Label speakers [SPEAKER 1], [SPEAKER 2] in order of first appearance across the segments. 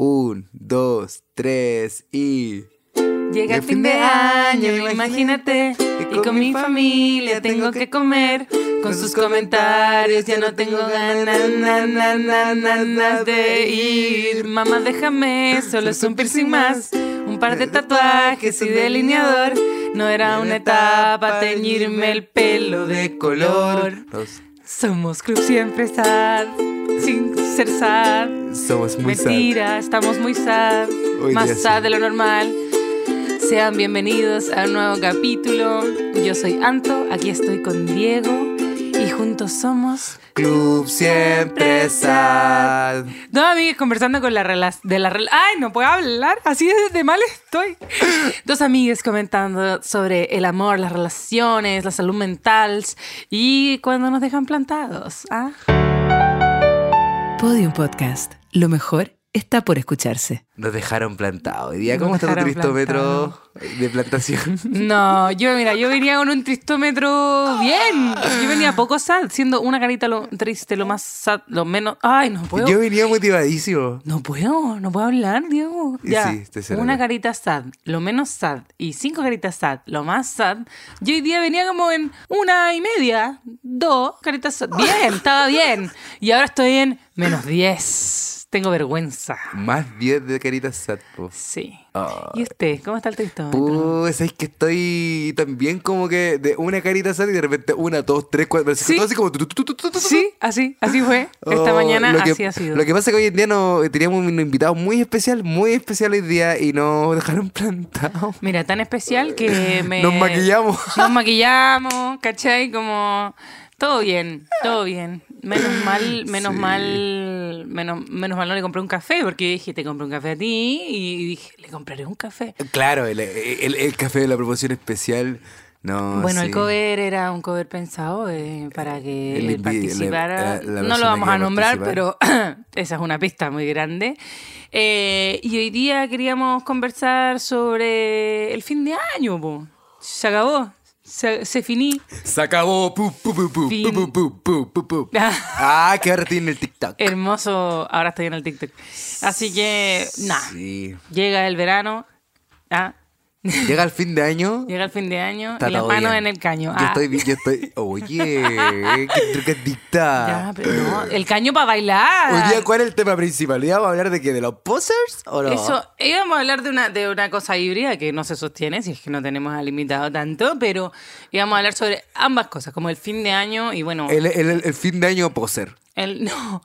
[SPEAKER 1] Un, dos, tres y...
[SPEAKER 2] Llega el fin de año, imagínate. Y con mi familia tengo que comer. Con sus comentarios ya no tengo ganas na, na, na, na, na, de ir. Mamá, déjame, solo es un piercing más. Un par de tatuajes y delineador. No era una etapa teñirme el pelo de color.
[SPEAKER 1] Nos-
[SPEAKER 2] Somos club siempre sad, sin ser sad.
[SPEAKER 1] somos muy sad.
[SPEAKER 2] Mentira, estamos muy sad,
[SPEAKER 1] Hoy
[SPEAKER 2] más
[SPEAKER 1] día sí.
[SPEAKER 2] sad de lo normal. Sean bienvenidos a un nuevo capítulo. Yo soy Anto, aquí estoy con Diego y juntos somos
[SPEAKER 1] Club siempre sad.
[SPEAKER 2] dos amigas conversando con la rela- de la rela- ay no puedo hablar así de, de mal estoy dos amigas comentando sobre el amor las relaciones la salud mental y cuando nos dejan plantados ¿ah?
[SPEAKER 3] Podium Podcast. Lo mejor está por escucharse.
[SPEAKER 1] Nos dejaron plantado. Hoy día,
[SPEAKER 2] Nos
[SPEAKER 1] ¿cómo está tu
[SPEAKER 2] dejaron
[SPEAKER 1] tristómetro de plantación?
[SPEAKER 2] No, yo mira, yo venía con un tristómetro bien. Yo venía poco sad, siendo una carita lo triste, lo más sad, lo menos. Ay, no puedo.
[SPEAKER 1] Yo venía motivadísimo.
[SPEAKER 2] No puedo, no puedo hablar, Diego.
[SPEAKER 1] Y
[SPEAKER 2] Ya,
[SPEAKER 1] sí, estoy cerrado.
[SPEAKER 2] una carita sad, lo menos sad, y cinco caritas sad, lo más sad. Yo hoy día venía como en una y media, dos caritas sad. Bien, estaba bien. Y ahora estoy en menos diez. Tengo vergüenza.
[SPEAKER 1] Más 10 de caritas sad. po.
[SPEAKER 2] Sí.
[SPEAKER 1] Ah.
[SPEAKER 2] ¿Y usted? ¿Cómo está el tristómetro?
[SPEAKER 1] Pues es que estoy también como que de una carita sad y de repente una, dos, tres, cuatro.
[SPEAKER 2] Sí.
[SPEAKER 1] Todo así como. tu, tu, tu, tu, tu, tu, tu.
[SPEAKER 2] Sí, así, así fue. Esta
[SPEAKER 1] Oh,
[SPEAKER 2] mañana
[SPEAKER 1] lo que-
[SPEAKER 2] así ha sido.
[SPEAKER 1] Lo que pasa es que hoy en día no, teníamos un invitado muy especial, muy especial hoy día y nos dejaron plantado.
[SPEAKER 2] Mira, tan especial que me...
[SPEAKER 1] Nos maquillamos.
[SPEAKER 2] Nos maquillamos, ¿cachai? Como... Todo bien, todo bien. Menos mal, menos
[SPEAKER 1] Sí.
[SPEAKER 2] mal, menos, menos mal no le compré un café, porque yo dije, te compré un café a ti, y dije, le compraré un café.
[SPEAKER 1] Claro, el, el- el café de la promoción especial. No,
[SPEAKER 2] bueno, el
[SPEAKER 1] sí.
[SPEAKER 2] cover era un cover pensado eh, para que
[SPEAKER 1] El
[SPEAKER 2] él
[SPEAKER 1] invi-
[SPEAKER 2] participara.
[SPEAKER 1] la- la- la
[SPEAKER 2] no lo
[SPEAKER 1] persona
[SPEAKER 2] vamos
[SPEAKER 1] que
[SPEAKER 2] a nombrar,
[SPEAKER 1] participara.
[SPEAKER 2] pero esa es una pista muy grande. Eh, y hoy día queríamos conversar sobre el fin de año, po. Se acabó, se, se finí.
[SPEAKER 1] Se acabó. pu, pu, pu, pu,
[SPEAKER 2] Fin.
[SPEAKER 1] pu, pu, pu, pu, pu. ah, que ahora tiene el TikTok.
[SPEAKER 2] Hermoso, ahora estoy en el TikTok. Así que, nada,
[SPEAKER 1] Sí.
[SPEAKER 2] llega el verano, ah,
[SPEAKER 1] Llega el fin de año.
[SPEAKER 2] llega el fin de año
[SPEAKER 1] está
[SPEAKER 2] y las
[SPEAKER 1] todo
[SPEAKER 2] manos
[SPEAKER 1] bien.
[SPEAKER 2] en el caño.
[SPEAKER 1] Yo
[SPEAKER 2] Ah.
[SPEAKER 1] estoy, bien, yo estoy. Oye, qué trucadicta.
[SPEAKER 2] Ya, pero no, el caño para bailar.
[SPEAKER 1] Hoy día, ¿cuál es el tema principal? ¿Íbamos a hablar de qué? ¿De los posers o no?
[SPEAKER 2] Eso, íbamos a hablar de una, de una cosa híbrida que no se sostiene, si es que no tenemos al invitado tanto, pero íbamos a hablar sobre ambas cosas, como el fin de año y bueno, el,
[SPEAKER 1] El, el- el- el fin de año poser.
[SPEAKER 2] no,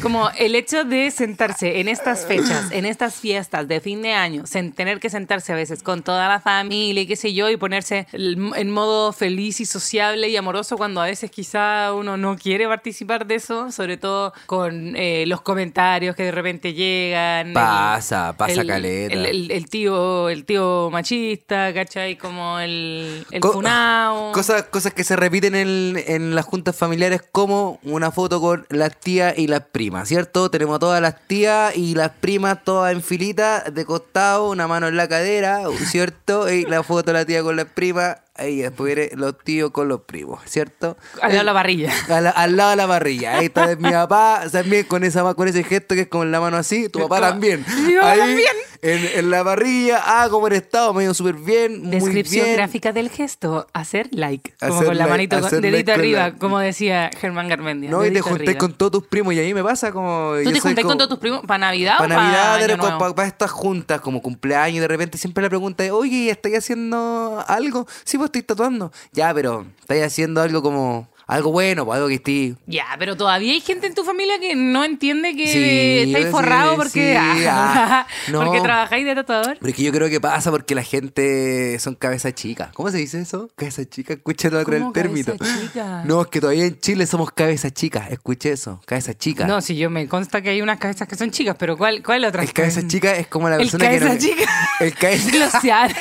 [SPEAKER 2] como el hecho de sentarse en estas fechas, en estas fiestas de fin de año, sen- tener que sentarse a veces con toda la familia y qué sé yo, y ponerse el- en modo feliz y sociable y amoroso cuando a veces quizá uno no quiere participar de eso, sobre todo con eh, los comentarios que de repente llegan. el-
[SPEAKER 1] Pasa, pasa
[SPEAKER 2] el-
[SPEAKER 1] caleta.
[SPEAKER 2] El, el- el tío, el tío machista, ¿cachai? Como el, el
[SPEAKER 1] Co-
[SPEAKER 2] funao.
[SPEAKER 1] Cosas, cosas que se repiten en, en las juntas familiares como una foto con las tías y las primas, ¿cierto? Tenemos a todas las tías y las primas todas en filita, de costado, una mano en la cadera, ¿cierto? Y la foto de la tía con las primas y después viene los tíos con los primos, ¿cierto?
[SPEAKER 2] Al lado de la parrilla.
[SPEAKER 1] A la- al lado de la barriga. Ahí está mi papá también con, esa, ma- con ese gesto que es con la mano así. Tu papá
[SPEAKER 2] Como-
[SPEAKER 1] también.
[SPEAKER 2] Ah, Mi papá
[SPEAKER 1] Ahí,
[SPEAKER 2] también.
[SPEAKER 1] En, en la barriga. Ah, como en estado. Me ha ido súper bien. muy
[SPEAKER 2] Descripción
[SPEAKER 1] bien.
[SPEAKER 2] gráfica del gesto, hacer like. Como
[SPEAKER 1] Hacer
[SPEAKER 2] con la
[SPEAKER 1] like,
[SPEAKER 2] manito, con,
[SPEAKER 1] hacer like
[SPEAKER 2] dedito
[SPEAKER 1] con
[SPEAKER 2] arriba,
[SPEAKER 1] la-
[SPEAKER 2] como decía Germán Garmendia.
[SPEAKER 1] No, y te
[SPEAKER 2] dedito
[SPEAKER 1] juntáis
[SPEAKER 2] arriba.
[SPEAKER 1] con todos tus primos. Y a mí me pasa como.
[SPEAKER 2] ¿Tú te juntáis con todos tus primos para Navidad
[SPEAKER 1] Para
[SPEAKER 2] o para
[SPEAKER 1] Navidad,
[SPEAKER 2] Año
[SPEAKER 1] de
[SPEAKER 2] Nuevo?
[SPEAKER 1] para, estas juntas, como cumpleaños, de repente siempre la pregunta es, oye, ¿estáis haciendo algo? Sí, pues estoy tatuando. Ya, pero ¿estáis haciendo algo como, algo bueno, pues, algo que esté
[SPEAKER 2] Ya, pero todavía hay gente en tu familia que no entiende que
[SPEAKER 1] Sí,
[SPEAKER 2] estáis
[SPEAKER 1] sí,
[SPEAKER 2] forrado porque,
[SPEAKER 1] sí, ah, no.
[SPEAKER 2] porque trabajáis de tatuador.
[SPEAKER 1] Pero es que yo creo que pasa porque la gente son cabeza chica. ¿Cómo se dice eso? Cabeza chica, escúchalo otra el
[SPEAKER 2] ¿Cómo cabeza
[SPEAKER 1] término.
[SPEAKER 2] chica?
[SPEAKER 1] No, es que todavía en Chile somos cabeza chica. Escuché eso, cabeza chica.
[SPEAKER 2] No, si yo me consta que hay unas cabezas que son chicas, pero ¿cuál, cuál otra?
[SPEAKER 1] el cabeza chica es como la
[SPEAKER 2] El
[SPEAKER 1] persona
[SPEAKER 2] cabeza
[SPEAKER 1] que no-
[SPEAKER 2] chica.
[SPEAKER 1] El cabeza
[SPEAKER 2] Glosario.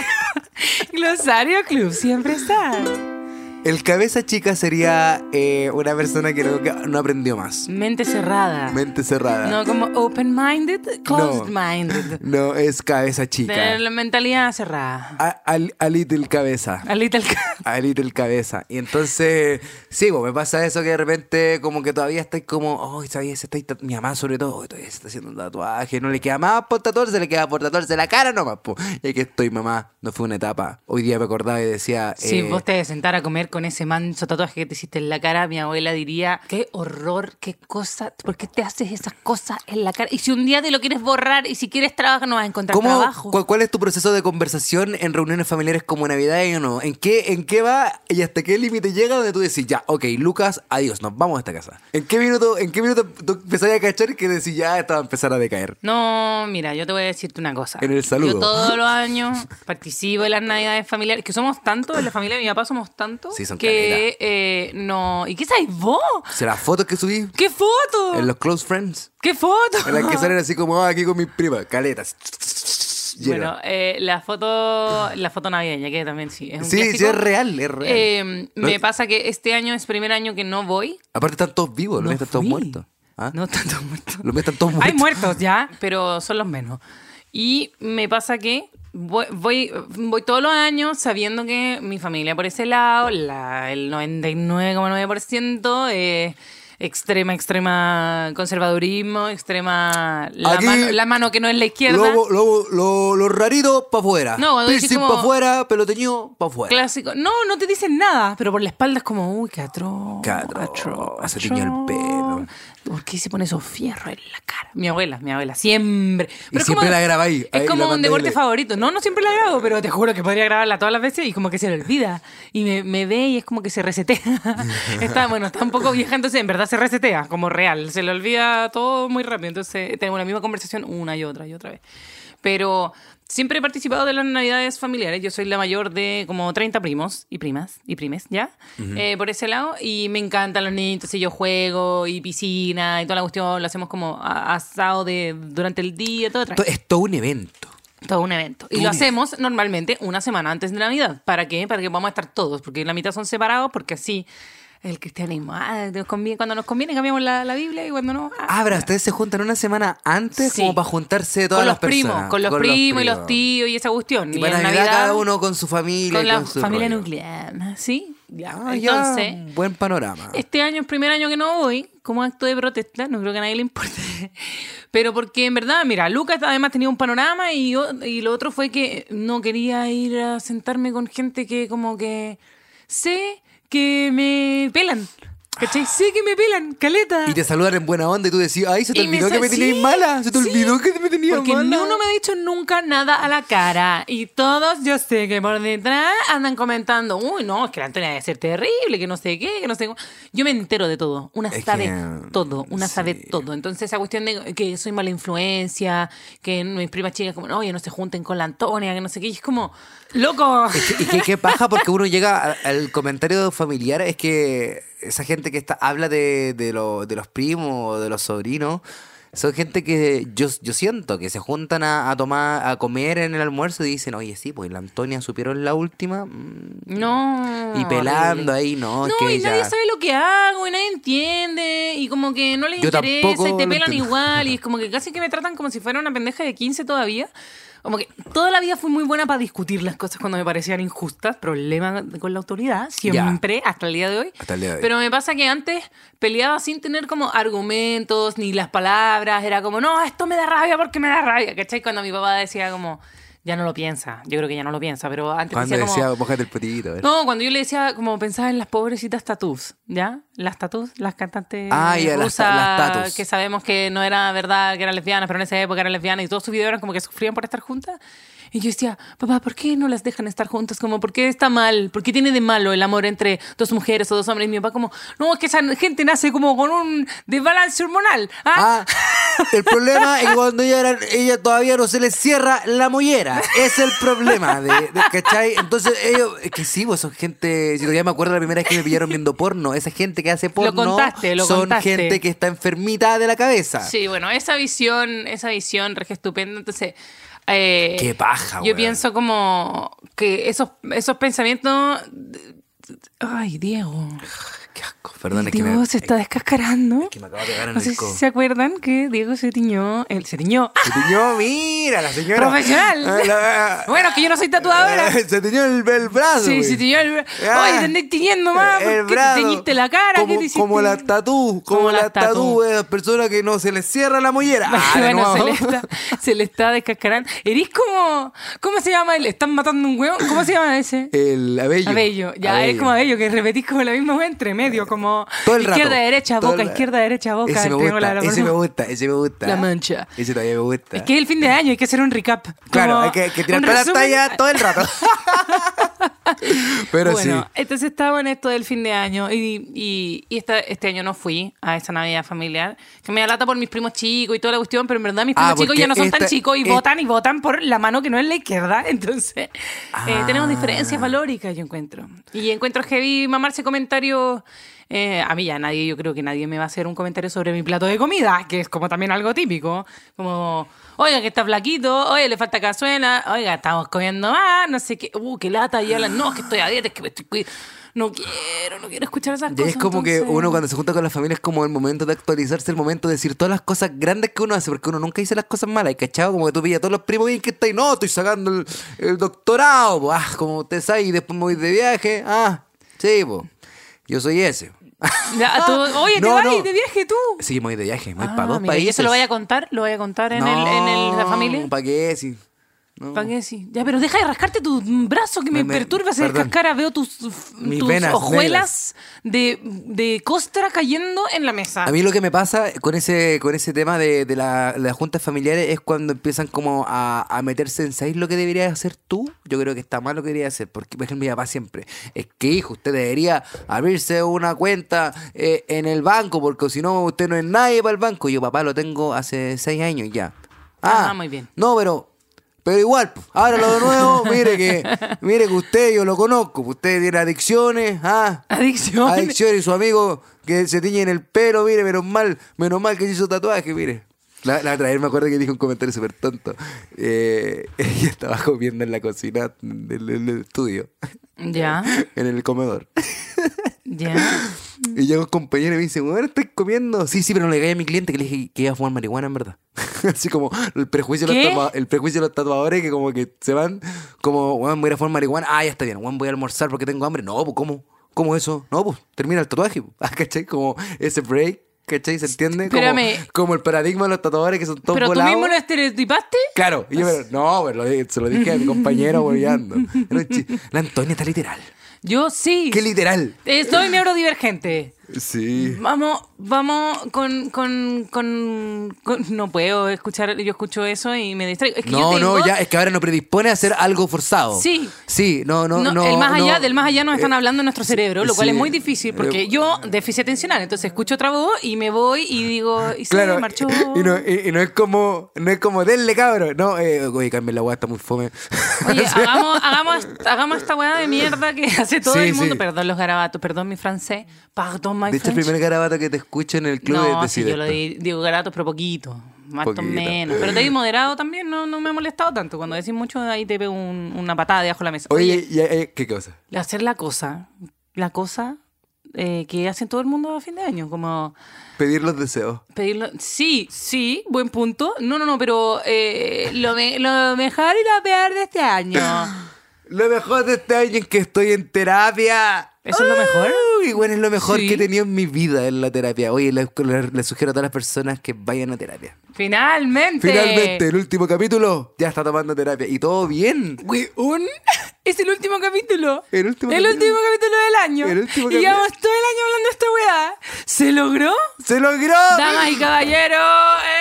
[SPEAKER 2] Glosario Club siempre está.
[SPEAKER 1] El cabeza chica sería eh, una persona que no, que no aprendió más.
[SPEAKER 2] Mente cerrada.
[SPEAKER 1] Mente cerrada.
[SPEAKER 2] No como open-minded, closed-minded.
[SPEAKER 1] No, es cabeza chica.
[SPEAKER 2] De la mentalidad cerrada.
[SPEAKER 1] A, a, a little cabeza.
[SPEAKER 2] Alita el
[SPEAKER 1] A little cabeza. Y entonces, sí, pues me pasa eso que de repente como que todavía estoy como, oh, ¿sabes? Se está- mi mamá sobre todo, "Ay, todavía se está haciendo un tatuaje, no le queda más por tatuarse, le queda por tatuarse la cara nomás. po". Y aquí estoy, mamá, no fue una etapa. Hoy día me acordaba y decía...
[SPEAKER 2] Si
[SPEAKER 1] eh,
[SPEAKER 2] vos te sentara a comer con ese manso tatuaje que te hiciste en la cara, mi abuela diría, qué horror, qué cosa, ¿por qué te haces esas cosas en la cara? Y si un día te lo quieres borrar y si quieres trabajar, no vas a encontrar
[SPEAKER 1] ¿Cómo-
[SPEAKER 2] trabajo.
[SPEAKER 1] cuál, cuál es tu proceso de conversación en reuniones familiares como Navidad y no? ¿En qué, ¿En qué va y hasta qué límite llega donde tú decís, ya, ok, Lucas, adiós, nos vamos a esta casa? ¿En qué minuto, en qué minuto tú empezaste a cachar que decís, ya, esta va a empezar a decaer?
[SPEAKER 2] No, mira, yo te voy a decirte una cosa.
[SPEAKER 1] En el saludo.
[SPEAKER 2] Yo todos los años participo de las navidades familiares, que somos tantos, en la familia de mi papá somos tantos,
[SPEAKER 1] Sí, son
[SPEAKER 2] que eh, no... ¿Y qué sabes vos?
[SPEAKER 1] ¿Será las fotos que subí
[SPEAKER 2] ¿Qué foto?
[SPEAKER 1] en los Close Friends?
[SPEAKER 2] ¿Qué foto?
[SPEAKER 1] En las que salen así como, ah, aquí con mis primas, caletas.
[SPEAKER 2] Bueno, eh, la foto la foto navideña, que también sí. Es un
[SPEAKER 1] Sí, sí,
[SPEAKER 2] clásico.
[SPEAKER 1] es real, es real.
[SPEAKER 2] Eh,
[SPEAKER 1] No
[SPEAKER 2] me
[SPEAKER 1] es-
[SPEAKER 2] pasa que este año es primer año que no voy.
[SPEAKER 1] Aparte están todos vivos, los míos están todos
[SPEAKER 2] fui.
[SPEAKER 1] muertos. ¿Ah?
[SPEAKER 2] No tanto muertos.
[SPEAKER 1] Los míos están todos muertos.
[SPEAKER 2] Hay muertos ya, pero son los menos. Y me pasa que voy, voy, voy todos los años sabiendo que mi familia por ese lado, la, el 99,9% es eh, extrema, extrema conservadurismo, extrema... La,
[SPEAKER 1] Aquí,
[SPEAKER 2] mano, la mano que no es la izquierda.
[SPEAKER 1] Lobo, lobo, lo, lo rarito para afuera.
[SPEAKER 2] No, cuando
[SPEAKER 1] Piercing
[SPEAKER 2] decís como-
[SPEAKER 1] para afuera, pelo teñido para afuera.
[SPEAKER 2] Clásico. No, no te dicen nada, pero por la espalda es como, uy, qué atroz.
[SPEAKER 1] Qué atroz, se tiñó el pelo.
[SPEAKER 2] ¿Por qué se pone esos fierros en la cara? Mi abuela, mi abuela, siempre. es
[SPEAKER 1] siempre la graba ahí,
[SPEAKER 2] Es
[SPEAKER 1] ahí la
[SPEAKER 2] como un
[SPEAKER 1] manda y
[SPEAKER 2] deporte
[SPEAKER 1] le-
[SPEAKER 2] favorito. No, no siempre la grabo, pero te juro que podría grabarla todas las veces y como que se le olvida. Y me, me ve y es como que se resetea. está, bueno, está un poco vieja, entonces en verdad se resetea, como real. Se le olvida todo muy rápido. Entonces tenemos la misma conversación una y otra y otra vez. Pero siempre he participado de las navidades familiares. Yo soy la mayor de como 30 primos y primas y primes, ¿ya? Eh, por ese lado. Y me encantan los niños. Entonces yo juego y piscina y toda la cuestión. Lo hacemos como a- asado de, durante el día, todo
[SPEAKER 1] To-
[SPEAKER 2] tranquilo.
[SPEAKER 1] Es todo un evento.
[SPEAKER 2] Todo un evento. Y
[SPEAKER 1] Tú-
[SPEAKER 2] lo hacemos normalmente una semana antes de Navidad. ¿Para qué? Para que podamos estar todos, porque la mitad son separados, porque así el cristianismo, ah, nos conviene- cuando nos conviene cambiamos la, la Biblia y cuando no... ah,
[SPEAKER 1] Abra, ustedes se juntan una semana antes
[SPEAKER 2] Sí.
[SPEAKER 1] como para juntarse todas
[SPEAKER 2] con
[SPEAKER 1] las
[SPEAKER 2] los primos,
[SPEAKER 1] personas.
[SPEAKER 2] con los primos y los
[SPEAKER 1] primos.
[SPEAKER 2] tíos y esa cuestión.
[SPEAKER 1] Y para
[SPEAKER 2] en
[SPEAKER 1] Navidad, cada uno con su familia.
[SPEAKER 2] con
[SPEAKER 1] y
[SPEAKER 2] la
[SPEAKER 1] con su
[SPEAKER 2] familia
[SPEAKER 1] rollo.
[SPEAKER 2] nuclear, ¿sí? Ya.
[SPEAKER 1] Ah, ya,
[SPEAKER 2] Entonces,
[SPEAKER 1] buen panorama.
[SPEAKER 2] este año es el primer año que no voy, como acto de protesta, no creo que a nadie le importe. Pero porque en verdad, mira, Lucas además tenía un panorama y, yo- y lo otro fue que no quería ir a sentarme con gente que como que sé que me pelan. ¿Cachai? Sé que me pelan, caleta.
[SPEAKER 1] Y te saludan en buena onda y tú decís, ay, se te
[SPEAKER 2] Y me
[SPEAKER 1] olvidó que
[SPEAKER 2] sa-
[SPEAKER 1] me tenías
[SPEAKER 2] sí,
[SPEAKER 1] mala. Se te
[SPEAKER 2] sí,
[SPEAKER 1] olvidó que me tenías
[SPEAKER 2] Porque
[SPEAKER 1] mala.
[SPEAKER 2] ni uno me ha dicho nunca nada a la cara. Y todos, yo sé que por detrás andan comentando, uy, no, es que la Antonia debe ser terrible, que no sé qué, que no sé cómo". Yo me entero de todo. Una
[SPEAKER 1] Es
[SPEAKER 2] sabe
[SPEAKER 1] que,
[SPEAKER 2] todo, una sabe
[SPEAKER 1] sí.
[SPEAKER 2] todo. Entonces esa cuestión de que soy mala influencia, que mis primas chicas como, oye, no se junten con la Antonia, que no sé qué. Y es como, loco.
[SPEAKER 1] Y que qué paja porque uno llega a- al comentario familiar, es que esa gente que está, habla de, de, lo- de los primos, de los sobrinos, son gente que yo, yo siento que se juntan a, a tomar, a comer en el almuerzo y dicen, oye, sí, pues la Antonia supieron la última. mm,
[SPEAKER 2] No.
[SPEAKER 1] Y pelando ahí, no, es
[SPEAKER 2] Ah, No,
[SPEAKER 1] que
[SPEAKER 2] y nadie
[SPEAKER 1] ya-
[SPEAKER 2] sabe lo que hago, y nadie entiende, y como que no les
[SPEAKER 1] Yo
[SPEAKER 2] interesa, y
[SPEAKER 1] tampoco
[SPEAKER 2] te
[SPEAKER 1] lo
[SPEAKER 2] pelan
[SPEAKER 1] entiendo.
[SPEAKER 2] igual, y es como que casi que me tratan como si fuera una pendeja de 15 todavía. Como que toda la vida fui muy buena para discutir las cosas cuando me parecían injustas, problema con la autoridad, siempre, hasta el día de hoy.
[SPEAKER 1] Hasta el día de hoy.
[SPEAKER 2] Pero me pasa que antes peleaba sin tener como argumentos ni las palabras, era como, no, esto me da rabia porque me da rabia, ¿cachai? Cuando mi papá decía como, ya no lo piensa, yo creo que ya no lo piensa, pero antes
[SPEAKER 1] Cuando
[SPEAKER 2] decía como...
[SPEAKER 1] decía, mojate el potito. eh".
[SPEAKER 2] No, cuando yo le decía, como pensaba en las pobrecitas tatús, ¿ya? Las tatús, las cantantes
[SPEAKER 1] Ah, ya, las ta- las
[SPEAKER 2] rusas
[SPEAKER 1] tatús.
[SPEAKER 2] que sabemos que no era verdad que eran lesbianas, pero en esa época eran lesbianas y todos sus videos eran como que sufrían por estar juntas. Y yo decía, papá, ¿por qué no las dejan estar juntas? Como, ¿por qué está mal? ¿Por qué tiene de malo el amor entre dos mujeres o dos hombres? Y mi papá como, no, es que esa gente nace como con un desbalance hormonal. ¿ah?
[SPEAKER 1] Ah, el problema es que cuando ella, era- ella todavía no se le cierra la mollera. Es el problema, de, de- ¿cachai? Entonces, ellos, es que sí, vos son gente. Si todavía me acuerdo la primera vez que me pillaron viendo porno, esa gente que hace porno
[SPEAKER 2] contaste, lo
[SPEAKER 1] son
[SPEAKER 2] contaste.
[SPEAKER 1] gente que está enfermita de la cabeza.
[SPEAKER 2] Sí, bueno, esa visión, esa visión regia estupenda, entonces... eh,
[SPEAKER 1] Qué paja,
[SPEAKER 2] Yo
[SPEAKER 1] weón.
[SPEAKER 2] pienso como que esos, esos pensamientos Ay, Diego.
[SPEAKER 1] Qué asco. Perdón, es que,
[SPEAKER 2] Diego
[SPEAKER 1] me,
[SPEAKER 2] se está descascarando.
[SPEAKER 1] es que me acabo de pegar en
[SPEAKER 2] No sé
[SPEAKER 1] el
[SPEAKER 2] si
[SPEAKER 1] codo.
[SPEAKER 2] se acuerdan que Diego se tiñó. Él se tiñó. ¡Ah!
[SPEAKER 1] Se tiñó, mira, la señora.
[SPEAKER 2] Profesional.
[SPEAKER 1] Ah, la-
[SPEAKER 2] Bueno, que yo no soy tatuadora.
[SPEAKER 1] Se tiñó el, el brazo.
[SPEAKER 2] Sí,
[SPEAKER 1] güey.
[SPEAKER 2] se tiñó el brazo.
[SPEAKER 1] Ah,
[SPEAKER 2] Oye, te andás tiñendo más.
[SPEAKER 1] el
[SPEAKER 2] ¿Por qué
[SPEAKER 1] brazo.
[SPEAKER 2] te teñiste la cara?
[SPEAKER 1] Como,
[SPEAKER 2] ¿Qué te hiciste?
[SPEAKER 1] como las tatú, como,
[SPEAKER 2] Como
[SPEAKER 1] las
[SPEAKER 2] las tatú.
[SPEAKER 1] tatú de las personas que no se les cierra la mollera. Ah, de
[SPEAKER 2] bueno, se
[SPEAKER 1] nuevo.
[SPEAKER 2] le está, se le está descascarando. Eres como. ¿Cómo se llama? ¿Le están matando un huevo? ¿Cómo se llama ese?
[SPEAKER 1] El abello.
[SPEAKER 2] Abello, ya eres como Abello, que repetís como la misma wea entre medio, como
[SPEAKER 1] Todo el rato.
[SPEAKER 2] izquierda, derecha,
[SPEAKER 1] Todo el
[SPEAKER 2] boca,
[SPEAKER 1] rato.
[SPEAKER 2] izquierda, derecha, boca,
[SPEAKER 1] Ese
[SPEAKER 2] el
[SPEAKER 1] me
[SPEAKER 2] triángulo de
[SPEAKER 1] gusta,
[SPEAKER 2] la
[SPEAKER 1] ese
[SPEAKER 2] forma.
[SPEAKER 1] me gusta, ese me gusta.
[SPEAKER 2] La mancha.
[SPEAKER 1] Ese todavía me gusta.
[SPEAKER 2] Es que es el fin de año, hay que hacer un recap.
[SPEAKER 1] Claro,
[SPEAKER 2] como
[SPEAKER 1] hay que, hay que tirar
[SPEAKER 2] un
[SPEAKER 1] toda la
[SPEAKER 2] resumen.
[SPEAKER 1] talla todo el rato. Pero
[SPEAKER 2] bueno,
[SPEAKER 1] sí.
[SPEAKER 2] entonces estaba en esto del fin de año y, y, y esta- este año no fui a esa Navidad familiar, que me da lata por mis primos chicos y toda la cuestión, pero en verdad mis
[SPEAKER 1] Ah,
[SPEAKER 2] primos chicos
[SPEAKER 1] porque
[SPEAKER 2] ya no son tan
[SPEAKER 1] esta-
[SPEAKER 2] chicos y
[SPEAKER 1] es-
[SPEAKER 2] votan y votan por la mano que no es la izquierda, entonces eh,
[SPEAKER 1] Ah.
[SPEAKER 2] tenemos diferencias valóricas, yo encuentro. Y encuentro heavy mamarse comentarios... eh, a mí ya nadie, yo creo que nadie me va a hacer un comentario sobre mi plato de comida, que es como también algo típico, como... Oiga, que está flaquito, oye, le falta cazuela, oiga, estamos comiendo más, no sé qué, uh, qué lata, y hablan, no, es que estoy a dieta, es que me estoy cuid- No quiero, no quiero escuchar esas
[SPEAKER 1] Ya
[SPEAKER 2] cosas.
[SPEAKER 1] es como que
[SPEAKER 2] entonces-
[SPEAKER 1] uno cuando se junta con la familia es como el momento de actualizarse, el momento de decir todas las cosas grandes que uno hace, porque uno nunca dice las cosas malas, ¿cachado? Como que tú pillas a todos los primos y que estáis, no, estoy sacando el, el doctorado, po. ah, como usted sabe, y después me voy de viaje, ah, sí, po. yo soy ese.
[SPEAKER 2] Ya, tú- oye, te
[SPEAKER 1] Ah. No,
[SPEAKER 2] vas
[SPEAKER 1] no.
[SPEAKER 2] de viaje tú.
[SPEAKER 1] Sí, me voy de viaje, me voy
[SPEAKER 2] Ah,
[SPEAKER 1] para dos
[SPEAKER 2] mira,
[SPEAKER 1] países.
[SPEAKER 2] ¿Y eso lo voy a contar? ¿Lo voy a contar en, el, en el- la familia?
[SPEAKER 1] ¿Para qué? Sí. No.
[SPEAKER 2] ¿Para qué sí? Ya, pero deja de rascarte tu brazo que
[SPEAKER 1] Me-
[SPEAKER 2] me,
[SPEAKER 1] me-
[SPEAKER 2] perturba esa
[SPEAKER 1] perdón.
[SPEAKER 2] cara. Veo tus,
[SPEAKER 1] Mis
[SPEAKER 2] tus
[SPEAKER 1] venas
[SPEAKER 2] hojuelas de, de costra cayendo en la mesa.
[SPEAKER 1] A mí lo que me pasa con ese, con ese tema de, de la- las juntas familiares es cuando empiezan como a, a meterse en ¿sabes lo que deberías hacer tú? Yo creo que está mal lo que deberías hacer, porque por ejemplo mi papá siempre, es que hijo, usted debería abrirse una cuenta eh, en el banco, porque si no usted no es nadie para el banco. Yo papá lo tengo hace seis años ya.
[SPEAKER 2] Ah, muy bien.
[SPEAKER 1] No, pero... Pero igual, pues, ahora lo de nuevo, mire que, mire que usted, yo lo conozco, pues, usted tiene adicciones, ah,
[SPEAKER 2] Adicción.
[SPEAKER 1] Adicción y su amigo que se tiñe en el pelo, mire, menos mal, menos mal que se hizo tatuaje, mire. La, la otra vez me acuerdo que dijo un comentario súper tonto. Eh, ella estaba comiendo en la cocina del, del estudio,
[SPEAKER 2] Ya,
[SPEAKER 1] en el comedor.
[SPEAKER 2] ya.
[SPEAKER 1] Y llega un compañero y me dice, bueno, estoy comiendo. Sí, sí, pero no le caí a mi cliente que le dije que iba a fumar marihuana, en verdad. Así como el prejuicio, de los
[SPEAKER 2] ¿Qué?
[SPEAKER 1] tatua- el prejuicio de los tatuadores que como que se van, como, bueno, voy a ir a fumar marihuana. Ah, ya está bien, bueno, voy a almorzar porque tengo hambre. No, pues, ¿cómo? ¿Cómo eso? No, pues, termina el tatuaje. po. Ah, ¿Cachai? Como ese break, ¿cachai? ¿Se entiende? Como,
[SPEAKER 2] Espérame.
[SPEAKER 1] como el paradigma de los tatuadores que son todos
[SPEAKER 2] ¿Pero tú
[SPEAKER 1] volados.
[SPEAKER 2] mismo lo estereotipaste?
[SPEAKER 1] Claro, y yo, pero, no, pero lo di- se lo dije a mi compañero hueveando. Era un chi- La Antonia está literal.
[SPEAKER 2] Yo sí.
[SPEAKER 1] ¡Qué literal!
[SPEAKER 2] Eh, Soy neurodivergente.
[SPEAKER 1] Sí.
[SPEAKER 2] Vamos, vamos con, con, con, con- No puedo escuchar, yo escucho eso y me distraigo. Es que yo
[SPEAKER 1] No,
[SPEAKER 2] tengo-
[SPEAKER 1] no, ya, es que ahora no predispone a hacer algo forzado.
[SPEAKER 2] Sí.
[SPEAKER 1] Sí, no, no, no.
[SPEAKER 2] No, el más allá,
[SPEAKER 1] no.
[SPEAKER 2] del más allá nos están
[SPEAKER 1] Eh,
[SPEAKER 2] hablando en nuestro cerebro, lo cual
[SPEAKER 1] sí. eh,
[SPEAKER 2] es muy difícil porque yo, déficit atencional, entonces escucho otra voz y me voy y digo, y se
[SPEAKER 1] Claro,
[SPEAKER 2] marchó.
[SPEAKER 1] y no, y, y no es como, no es como, denle cabro. No, eh, oye, cambia la weá, está muy fome.
[SPEAKER 2] Oye, hagamos, hagamos, hagamos esta weá de mierda que hace todo
[SPEAKER 1] Sí,
[SPEAKER 2] el mundo.
[SPEAKER 1] sí.
[SPEAKER 2] Perdón los garabatos, perdón mi francés, perdón my
[SPEAKER 1] de hecho, el
[SPEAKER 2] French.
[SPEAKER 1] primer garabato que te escucho en el club
[SPEAKER 2] No,
[SPEAKER 1] es
[SPEAKER 2] sí,
[SPEAKER 1] decir
[SPEAKER 2] yo lo
[SPEAKER 1] esto.
[SPEAKER 2] di- digo garabatos, pero poquito. Más o
[SPEAKER 1] Poquito.
[SPEAKER 2] menos. Pero te di moderado también, no, no me ha molestado tanto. Cuando decís mucho, ahí te pego un- una patada debajo de la mesa.
[SPEAKER 1] Oye, y- y- ¿qué cosa?
[SPEAKER 2] de hacer la cosa, la cosa eh, que hacen todo el mundo a fin de año, como
[SPEAKER 1] Pedir los deseos.
[SPEAKER 2] pedirlo. Sí, sí, buen punto. No, no, no, pero eh, lo, me- lo mejor y lo peor de este año.
[SPEAKER 1] Lo mejor de este año es que estoy en terapia.
[SPEAKER 2] ¿Eso es lo mejor?
[SPEAKER 1] Uy, bueno, es lo mejor
[SPEAKER 2] Sí.
[SPEAKER 1] que he tenido en mi vida en la terapia. Oye, le, le- le sugiero a todas las personas que vayan a terapia.
[SPEAKER 2] Finalmente.
[SPEAKER 1] Finalmente, el último capítulo ya está tomando terapia. Y todo bien.
[SPEAKER 2] Weón, Es el último capítulo.
[SPEAKER 1] El último capítulo.
[SPEAKER 2] último capítulo del año.
[SPEAKER 1] El último
[SPEAKER 2] y llevamos todo el año hablando de esta weá. ¿Se logró?
[SPEAKER 1] ¡Se logró!
[SPEAKER 2] Damas y caballeros.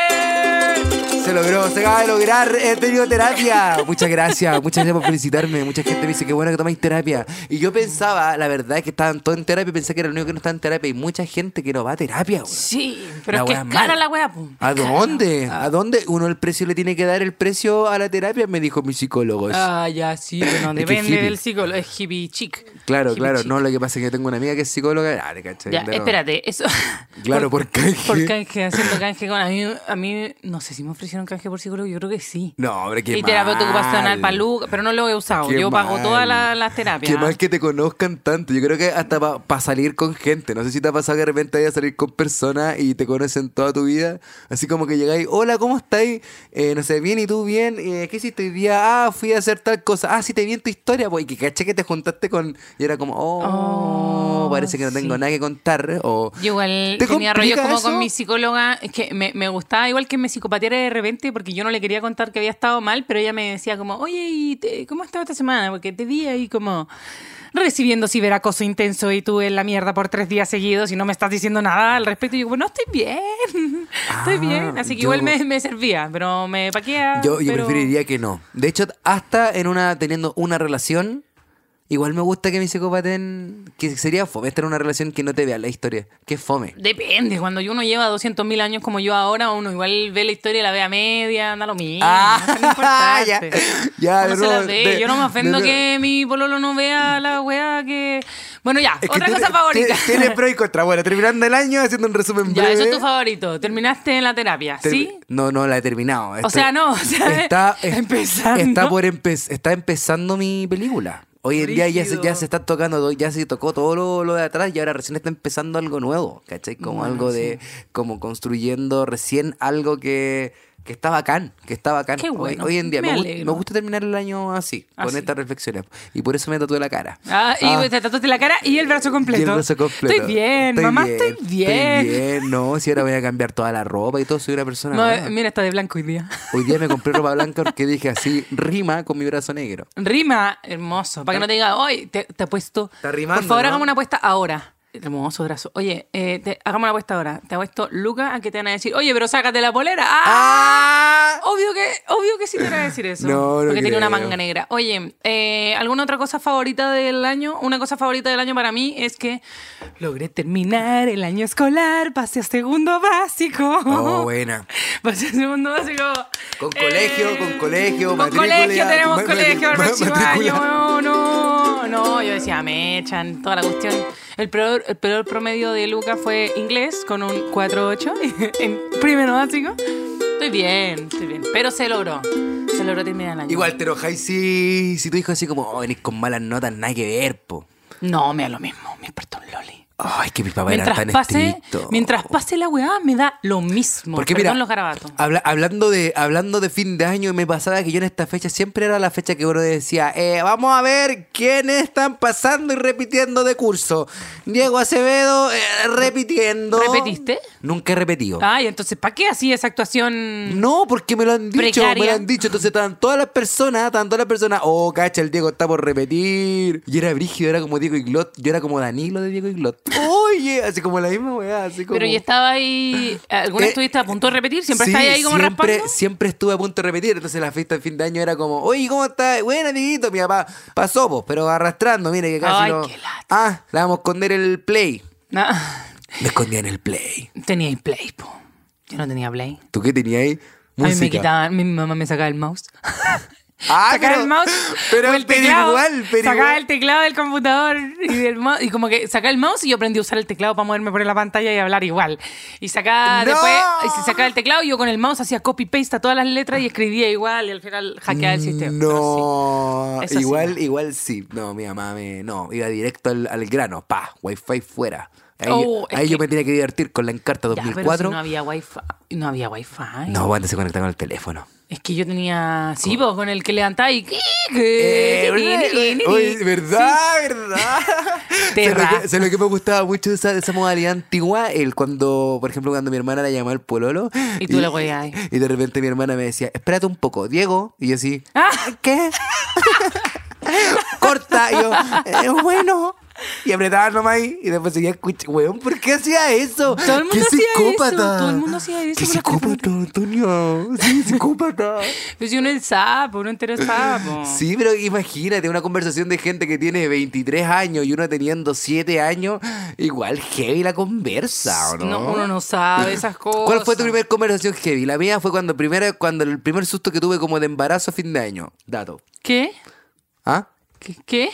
[SPEAKER 2] ¡eh!
[SPEAKER 1] Se logró, se acaba de lograr. He tenido terapia. Muchas gracias, muchas gracias por felicitarme. Mucha gente me dice que bueno que tomáis terapia. Y yo pensaba, la verdad, es que estaban todos en terapia. Pensé que era el único que no estaba en terapia. Y mucha gente que no va a terapia, güey.
[SPEAKER 2] Sí, pero
[SPEAKER 1] La
[SPEAKER 2] es que
[SPEAKER 1] weá
[SPEAKER 2] es cara
[SPEAKER 1] mala. Ah,
[SPEAKER 2] la weá. pum.
[SPEAKER 1] ¿A dónde? ¿A dónde? Uno el precio le tiene que dar el precio a la terapia, me dijo mi psicólogo.
[SPEAKER 2] Ah, ya, sí, pero no
[SPEAKER 1] pues. Es que
[SPEAKER 2] depende
[SPEAKER 1] hippie.
[SPEAKER 2] del psicólogo, es hippie chic.
[SPEAKER 1] Claro,
[SPEAKER 2] Hippie
[SPEAKER 1] claro.
[SPEAKER 2] chic.
[SPEAKER 1] No, lo que pasa es que tengo una amiga que es psicóloga. Ah, te cachai,
[SPEAKER 2] Ya,
[SPEAKER 1] pero-
[SPEAKER 2] espérate, eso.
[SPEAKER 1] Claro, por canje.
[SPEAKER 2] Por canje, haciendo canje con. A mí, a mí, no sé si me ofrecieron canje por psicólogo, yo creo que sí.
[SPEAKER 1] No, hombre, qué
[SPEAKER 2] y terapeuta
[SPEAKER 1] mal.
[SPEAKER 2] ocupacional para pero no lo he usado.
[SPEAKER 1] Qué
[SPEAKER 2] yo pago
[SPEAKER 1] mal.
[SPEAKER 2] todas la- las terapias. ¿ah?
[SPEAKER 1] Qué mal que te conozcan tanto. Yo creo que hasta para salir con gente. No sé si te ha pasado que de repente vayas a salir con personas y te conocen toda tu vida. Así como que llegáis, hola, ¿cómo estáis? Eh, no sé, bien, ¿y tú bien? Eh, ¿Qué hiciste hoy día? Ah, fui a hacer tal cosa. Ah, sí, te vi en tu historia, pues. Y que caché que te juntaste con... Y era como, oh,
[SPEAKER 2] Oh,
[SPEAKER 1] parece que no tengo
[SPEAKER 2] sí.
[SPEAKER 1] nada que contar. O,
[SPEAKER 2] Yo igual
[SPEAKER 1] ¿Te
[SPEAKER 2] tenía rollos
[SPEAKER 1] complica
[SPEAKER 2] como
[SPEAKER 1] eso?
[SPEAKER 2] con mi psicóloga, es que me, me gustaba igual que me psicopateara de repente porque yo no le quería contar que había estado mal, pero ella me decía como, oye, ¿y te- ¿cómo has estado esta semana? Porque te vi ahí como recibiendo ciberacoso intenso y tú en la mierda por tres días seguidos y no me estás diciendo nada al respecto. Y yo como, no, estoy bien, estoy
[SPEAKER 1] Ah,
[SPEAKER 2] bien. Así que
[SPEAKER 1] yo-
[SPEAKER 2] igual me, me servía, pero me paquea.
[SPEAKER 1] Yo, yo
[SPEAKER 2] Ah, pero-
[SPEAKER 1] preferiría que no. De hecho, hasta en una teniendo una relación, igual me gusta que me psicopaten. Que sería fome estar en una relación que no te vea la historia. Que fome.
[SPEAKER 2] Depende, cuando uno lleva 200.000 años como yo ahora, uno igual ve la historia y la ve a media, anda lo mismo.
[SPEAKER 1] Ah,
[SPEAKER 2] no es tan importante.
[SPEAKER 1] ya, ya,
[SPEAKER 2] Uno
[SPEAKER 1] de
[SPEAKER 2] se la
[SPEAKER 1] nuevo,
[SPEAKER 2] ve.
[SPEAKER 1] de-
[SPEAKER 2] yo no me ofendo
[SPEAKER 1] de nuevo.
[SPEAKER 2] que mi pololo no vea la weá que... Bueno, ya,
[SPEAKER 1] Es que
[SPEAKER 2] otra
[SPEAKER 1] tiene-
[SPEAKER 2] cosa favorita.
[SPEAKER 1] ti- Tiene pro y contra. Bueno, terminando el año, haciendo un resumen
[SPEAKER 2] ya,
[SPEAKER 1] breve.
[SPEAKER 2] eso es tu favorito. Terminaste en la terapia,
[SPEAKER 1] Ter-
[SPEAKER 2] ¿sí?
[SPEAKER 1] No, no, la he terminado. Estoy-
[SPEAKER 2] sea, no, o sea,
[SPEAKER 1] está, es-
[SPEAKER 2] empezando.
[SPEAKER 1] Está, por empe- está empezando mi película. Hoy en día ya se, ya
[SPEAKER 2] Brígido.
[SPEAKER 1] se está tocando, ya se tocó todo lo, lo de atrás y ahora recién está empezando algo nuevo, ¿cachai? Como algo de, como construyendo recién algo que, que está bacán, que está bacán.
[SPEAKER 2] Qué
[SPEAKER 1] Hoy-
[SPEAKER 2] bueno,
[SPEAKER 1] Hoy, en día
[SPEAKER 2] me
[SPEAKER 1] me, gu-
[SPEAKER 2] alegro.
[SPEAKER 1] me gusta terminar el año así, con
[SPEAKER 2] Así.
[SPEAKER 1] estas reflexiones. Y por eso me tatué la cara.
[SPEAKER 2] Ah, y
[SPEAKER 1] Ah.
[SPEAKER 2] te tatuaste la cara y el brazo completo.
[SPEAKER 1] Y el brazo completo.
[SPEAKER 2] Estoy bien, mamá, estoy bien.
[SPEAKER 1] Estoy bien, no, si ahora voy a cambiar toda la ropa y todo, soy una persona.
[SPEAKER 2] No,
[SPEAKER 1] nueva.
[SPEAKER 2] eh, mira, está de blanco hoy día.
[SPEAKER 1] Hoy día me compré ropa blanca porque dije así, rima con mi brazo negro.
[SPEAKER 2] Rima, hermoso. Para que no te diga, hoy te, te apuesto.
[SPEAKER 1] Está rimando,
[SPEAKER 2] Por favor,
[SPEAKER 1] ¿no?
[SPEAKER 2] hagamos una apuesta ahora. Hermoso brazo. Oye, eh, te- hagamos una apuesta ahora. Te apuesto, Luca, a que te van a decir, oye, pero sácate la polera. ¡Ah! Obvio que, obvio que sí te van a decir eso.
[SPEAKER 1] No, no
[SPEAKER 2] Porque tiene una
[SPEAKER 1] creo.
[SPEAKER 2] manga negra. Oye, eh, ¿alguna otra cosa favorita del año? Una cosa favorita del año para mí es que logré terminar el año escolar, pasé a segundo básico.
[SPEAKER 1] Oh, buena.
[SPEAKER 2] Pasé a segundo básico.
[SPEAKER 1] Con colegio, con colegio,
[SPEAKER 2] eh, Con
[SPEAKER 1] matrícula,
[SPEAKER 2] colegio, tenemos
[SPEAKER 1] ma-
[SPEAKER 2] colegio el
[SPEAKER 1] ma-
[SPEAKER 2] próximo
[SPEAKER 1] matrícula.
[SPEAKER 2] año. No, no, no, yo decía, me echan toda la cuestión. El peor, el peor promedio de Luca fue inglés con un 4.8 en primero básico. Estoy bien, estoy bien. Pero se logró. Se logró terminar el año.
[SPEAKER 1] Igual te enojáis si, si tu hijo así como, oh, venís con malas notas, nada que ver, po.
[SPEAKER 2] No, me da lo mismo. Me experto un loli.
[SPEAKER 1] Ay, es que mis papás eran
[SPEAKER 2] Mientras
[SPEAKER 1] tan
[SPEAKER 2] pase,
[SPEAKER 1] estrictos.
[SPEAKER 2] mientras pase la weá, me da lo mismo.
[SPEAKER 1] Porque mira,
[SPEAKER 2] Perdón
[SPEAKER 1] ah,
[SPEAKER 2] los garabatos.
[SPEAKER 1] habla- hablando, de, hablando de fin de año, me pasaba que yo en esta fecha siempre era la fecha que uno decía, eh, vamos a ver quiénes están pasando y repitiendo de curso. Diego Acevedo eh, repitiendo.
[SPEAKER 2] ¿Repetiste?
[SPEAKER 1] Nunca he repetido.
[SPEAKER 2] Ay, entonces, ¿para qué hacía esa actuación?
[SPEAKER 1] No, porque me lo han dicho, me lo
[SPEAKER 2] Mm. Precaria.
[SPEAKER 1] han dicho. Entonces estaban todas las personas, estaban todas las personas, oh, cacha, el Diego está por repetir. Y era brígido, era como Diego Iglot, yo era como Danilo de Diego Iglot. Oye, así como la misma weá, así como...
[SPEAKER 2] Pero y estaba ahí. ¿Alguna
[SPEAKER 1] Eh,
[SPEAKER 2] estuviste a punto de repetir? ¿Siempre
[SPEAKER 1] Sí,
[SPEAKER 2] estás ahí como
[SPEAKER 1] siempre,
[SPEAKER 2] raspando?
[SPEAKER 1] siempre estuve a punto de repetir. Entonces la fiesta de fin de año era como, oye, ¿cómo estás? Bueno, amiguito, mi papá pasó, pues, pero arrastrando, mire que casi
[SPEAKER 2] Ay,
[SPEAKER 1] no...
[SPEAKER 2] qué lata.
[SPEAKER 1] Ah, le vamos a esconder el play.
[SPEAKER 2] No.
[SPEAKER 1] Me escondía en el play.
[SPEAKER 2] Tenía play, po. Yo no tenía play.
[SPEAKER 1] ¿Tú qué tenías ahí?
[SPEAKER 2] A mí me
[SPEAKER 1] Música.
[SPEAKER 2] quitaban, mi mamá me sacaba el mouse.
[SPEAKER 1] Ah,
[SPEAKER 2] sacaba
[SPEAKER 1] pero-
[SPEAKER 2] el mouse.
[SPEAKER 1] pero-
[SPEAKER 2] o el
[SPEAKER 1] pero
[SPEAKER 2] teclado,
[SPEAKER 1] igual, pero
[SPEAKER 2] sacaba
[SPEAKER 1] igual.
[SPEAKER 2] el teclado del computador y del mouse. Y como que sacaba el mouse y yo aprendí a usar el teclado para moverme por la pantalla y hablar igual. Y sacaba
[SPEAKER 1] ¡No!
[SPEAKER 2] después, y se sacaba el teclado y yo con el mouse hacía copy paste a todas las letras y escribía igual y al final hackeaba el sistema. Pero sí.
[SPEAKER 1] No,
[SPEAKER 2] Eso sí,
[SPEAKER 1] igual,
[SPEAKER 2] no.
[SPEAKER 1] igual sí. No, mi mamá me. No, iba directo al, al grano. Pa, wifi fuera. Ahí,
[SPEAKER 2] Oh, es
[SPEAKER 1] ahí yo
[SPEAKER 2] que-
[SPEAKER 1] me tenía que divertir con la Encarta
[SPEAKER 2] Ya, pero si
[SPEAKER 1] 2004.
[SPEAKER 2] no había wifi. No había wifi.
[SPEAKER 1] no, cuando se conecta con el teléfono.
[SPEAKER 2] Es que yo tenía. Sí, vos, con el que levantaba y.
[SPEAKER 1] Eh, oye, ¿Verdad? ¿Verdad? Se
[SPEAKER 2] Terra.
[SPEAKER 1] lo, que, se lo que me gustaba mucho de esa, de esa modalidad antigua, el cuando, por ejemplo, cuando mi hermana la llamaba el pololo.
[SPEAKER 2] Y tú la hueveabas.
[SPEAKER 1] Y de repente mi hermana me decía, espérate un poco, Diego. Y yo así,
[SPEAKER 2] Ah.
[SPEAKER 1] ¿qué? Corta. Y yo, "Eh, bueno. Y apretaba nomás ahí. Y después seguía escuchando, weón, ¿por qué hacía eso?
[SPEAKER 2] Todo el mundo
[SPEAKER 1] ¡Qué
[SPEAKER 2] hacía eso,
[SPEAKER 1] psicópata!
[SPEAKER 2] todo el mundo hacía eso
[SPEAKER 1] ¡Qué
[SPEAKER 2] con las criaturas.
[SPEAKER 1] psicópata, Antonio! ¡Sí, psicópata!
[SPEAKER 2] Pero si uno es sapo, uno entero es sapo.
[SPEAKER 1] Sí, pero imagínate una conversación de gente que tiene 23 años y uno teniendo 7 años. Igual heavy la conversa, ¿o no?
[SPEAKER 2] No, uno no sabe esas cosas.
[SPEAKER 1] ¿Cuál fue tu primera conversación heavy? La mía fue cuando, primera, cuando el primer susto que tuve como de embarazo a fin de año. Dato.
[SPEAKER 2] ¿Qué?
[SPEAKER 1] ¿Ah?
[SPEAKER 2] ¿Qué? qué?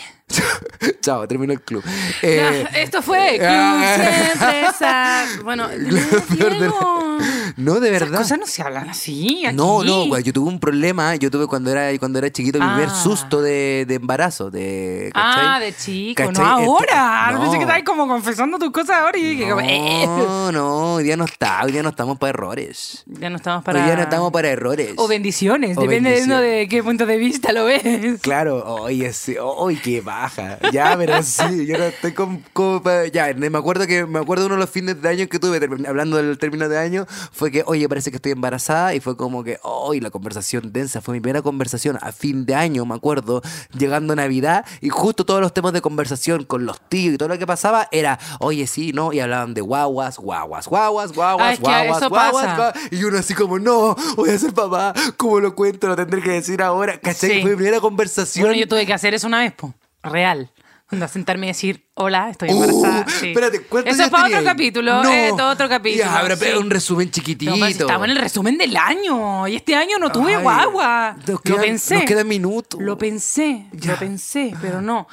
[SPEAKER 1] Chao, terminó el club.
[SPEAKER 2] No,
[SPEAKER 1] Eh,
[SPEAKER 2] esto fue Club
[SPEAKER 1] ah.
[SPEAKER 2] Empresa. Bueno, de nuevo,
[SPEAKER 1] peor de la-
[SPEAKER 2] Diego.
[SPEAKER 1] no, de
[SPEAKER 2] Esas
[SPEAKER 1] verdad.
[SPEAKER 2] cosas no se hablan así. Aquí.
[SPEAKER 1] No, no, güey, yo tuve un problema, yo tuve cuando era cuando era chiquito mi primer
[SPEAKER 2] Ah.
[SPEAKER 1] susto de, de embarazo, de
[SPEAKER 2] Ah,
[SPEAKER 1] ¿cachai?
[SPEAKER 2] de chico, no
[SPEAKER 1] ¿Cachai?
[SPEAKER 2] ahora.
[SPEAKER 1] Este-
[SPEAKER 2] Pensé que
[SPEAKER 1] no.
[SPEAKER 2] estabas como confesando tus cosas ahora y yo dije, como, eh.
[SPEAKER 1] No, no, hoy día no está, hoy día no estamos para errores.
[SPEAKER 2] Ya no estamos
[SPEAKER 1] Hoy
[SPEAKER 2] para.
[SPEAKER 1] día Pues no estamos para errores.
[SPEAKER 2] O bendiciones,
[SPEAKER 1] O
[SPEAKER 2] depende
[SPEAKER 1] bendiciones.
[SPEAKER 2] de qué punto de vista lo ves.
[SPEAKER 1] Claro, oye, sí, oye, qué baja. Ya, pero sí, yo no estoy con, con- pa- ya, me acuerdo que me acuerdo uno de los fines de año que tuve termi- hablando del término de año fue que, oye, parece que estoy embarazada y fue como que, oye, la conversación densa fue mi primera conversación a fin de año, me acuerdo, llegando a Navidad y justo todos los temas de conversación con los tíos y todo lo que pasaba era, oye, sí, no, y hablaban de guaguas, guaguas, guaguas, guaguas,
[SPEAKER 2] Ah, es que
[SPEAKER 1] guaguas,
[SPEAKER 2] eso
[SPEAKER 1] guaguas,
[SPEAKER 2] pasa.
[SPEAKER 1] guaguas. y uno así como, no, voy a ser papá, ¿cómo lo cuento? Lo tendré que decir ahora, ¿cachai?
[SPEAKER 2] Sí.
[SPEAKER 1] Fue mi primera conversación.
[SPEAKER 2] Bueno, yo tuve que hacer eso una vez, po. Real. Onda, sentarme y decir, hola, estoy
[SPEAKER 1] Uh,
[SPEAKER 2] embarazada. sí.
[SPEAKER 1] Espérate, ¿cuántos
[SPEAKER 2] Eso es
[SPEAKER 1] días
[SPEAKER 2] para
[SPEAKER 1] tenía
[SPEAKER 2] otro
[SPEAKER 1] ahí?
[SPEAKER 2] capítulo.
[SPEAKER 1] No.
[SPEAKER 2] eh, todo otro capítulo.
[SPEAKER 1] Ya, pero, pero
[SPEAKER 2] sí.
[SPEAKER 1] un resumen
[SPEAKER 2] No,
[SPEAKER 1] chiquitito.
[SPEAKER 2] pero si estaba en el resumen del año. Y este año no tuve
[SPEAKER 1] Ay,
[SPEAKER 2] guagua.
[SPEAKER 1] nos
[SPEAKER 2] lo
[SPEAKER 1] quedan-
[SPEAKER 2] pensé.
[SPEAKER 1] nos quedan minutos.
[SPEAKER 2] Lo pensé, lo
[SPEAKER 1] Ya.
[SPEAKER 2] pensé, pero no.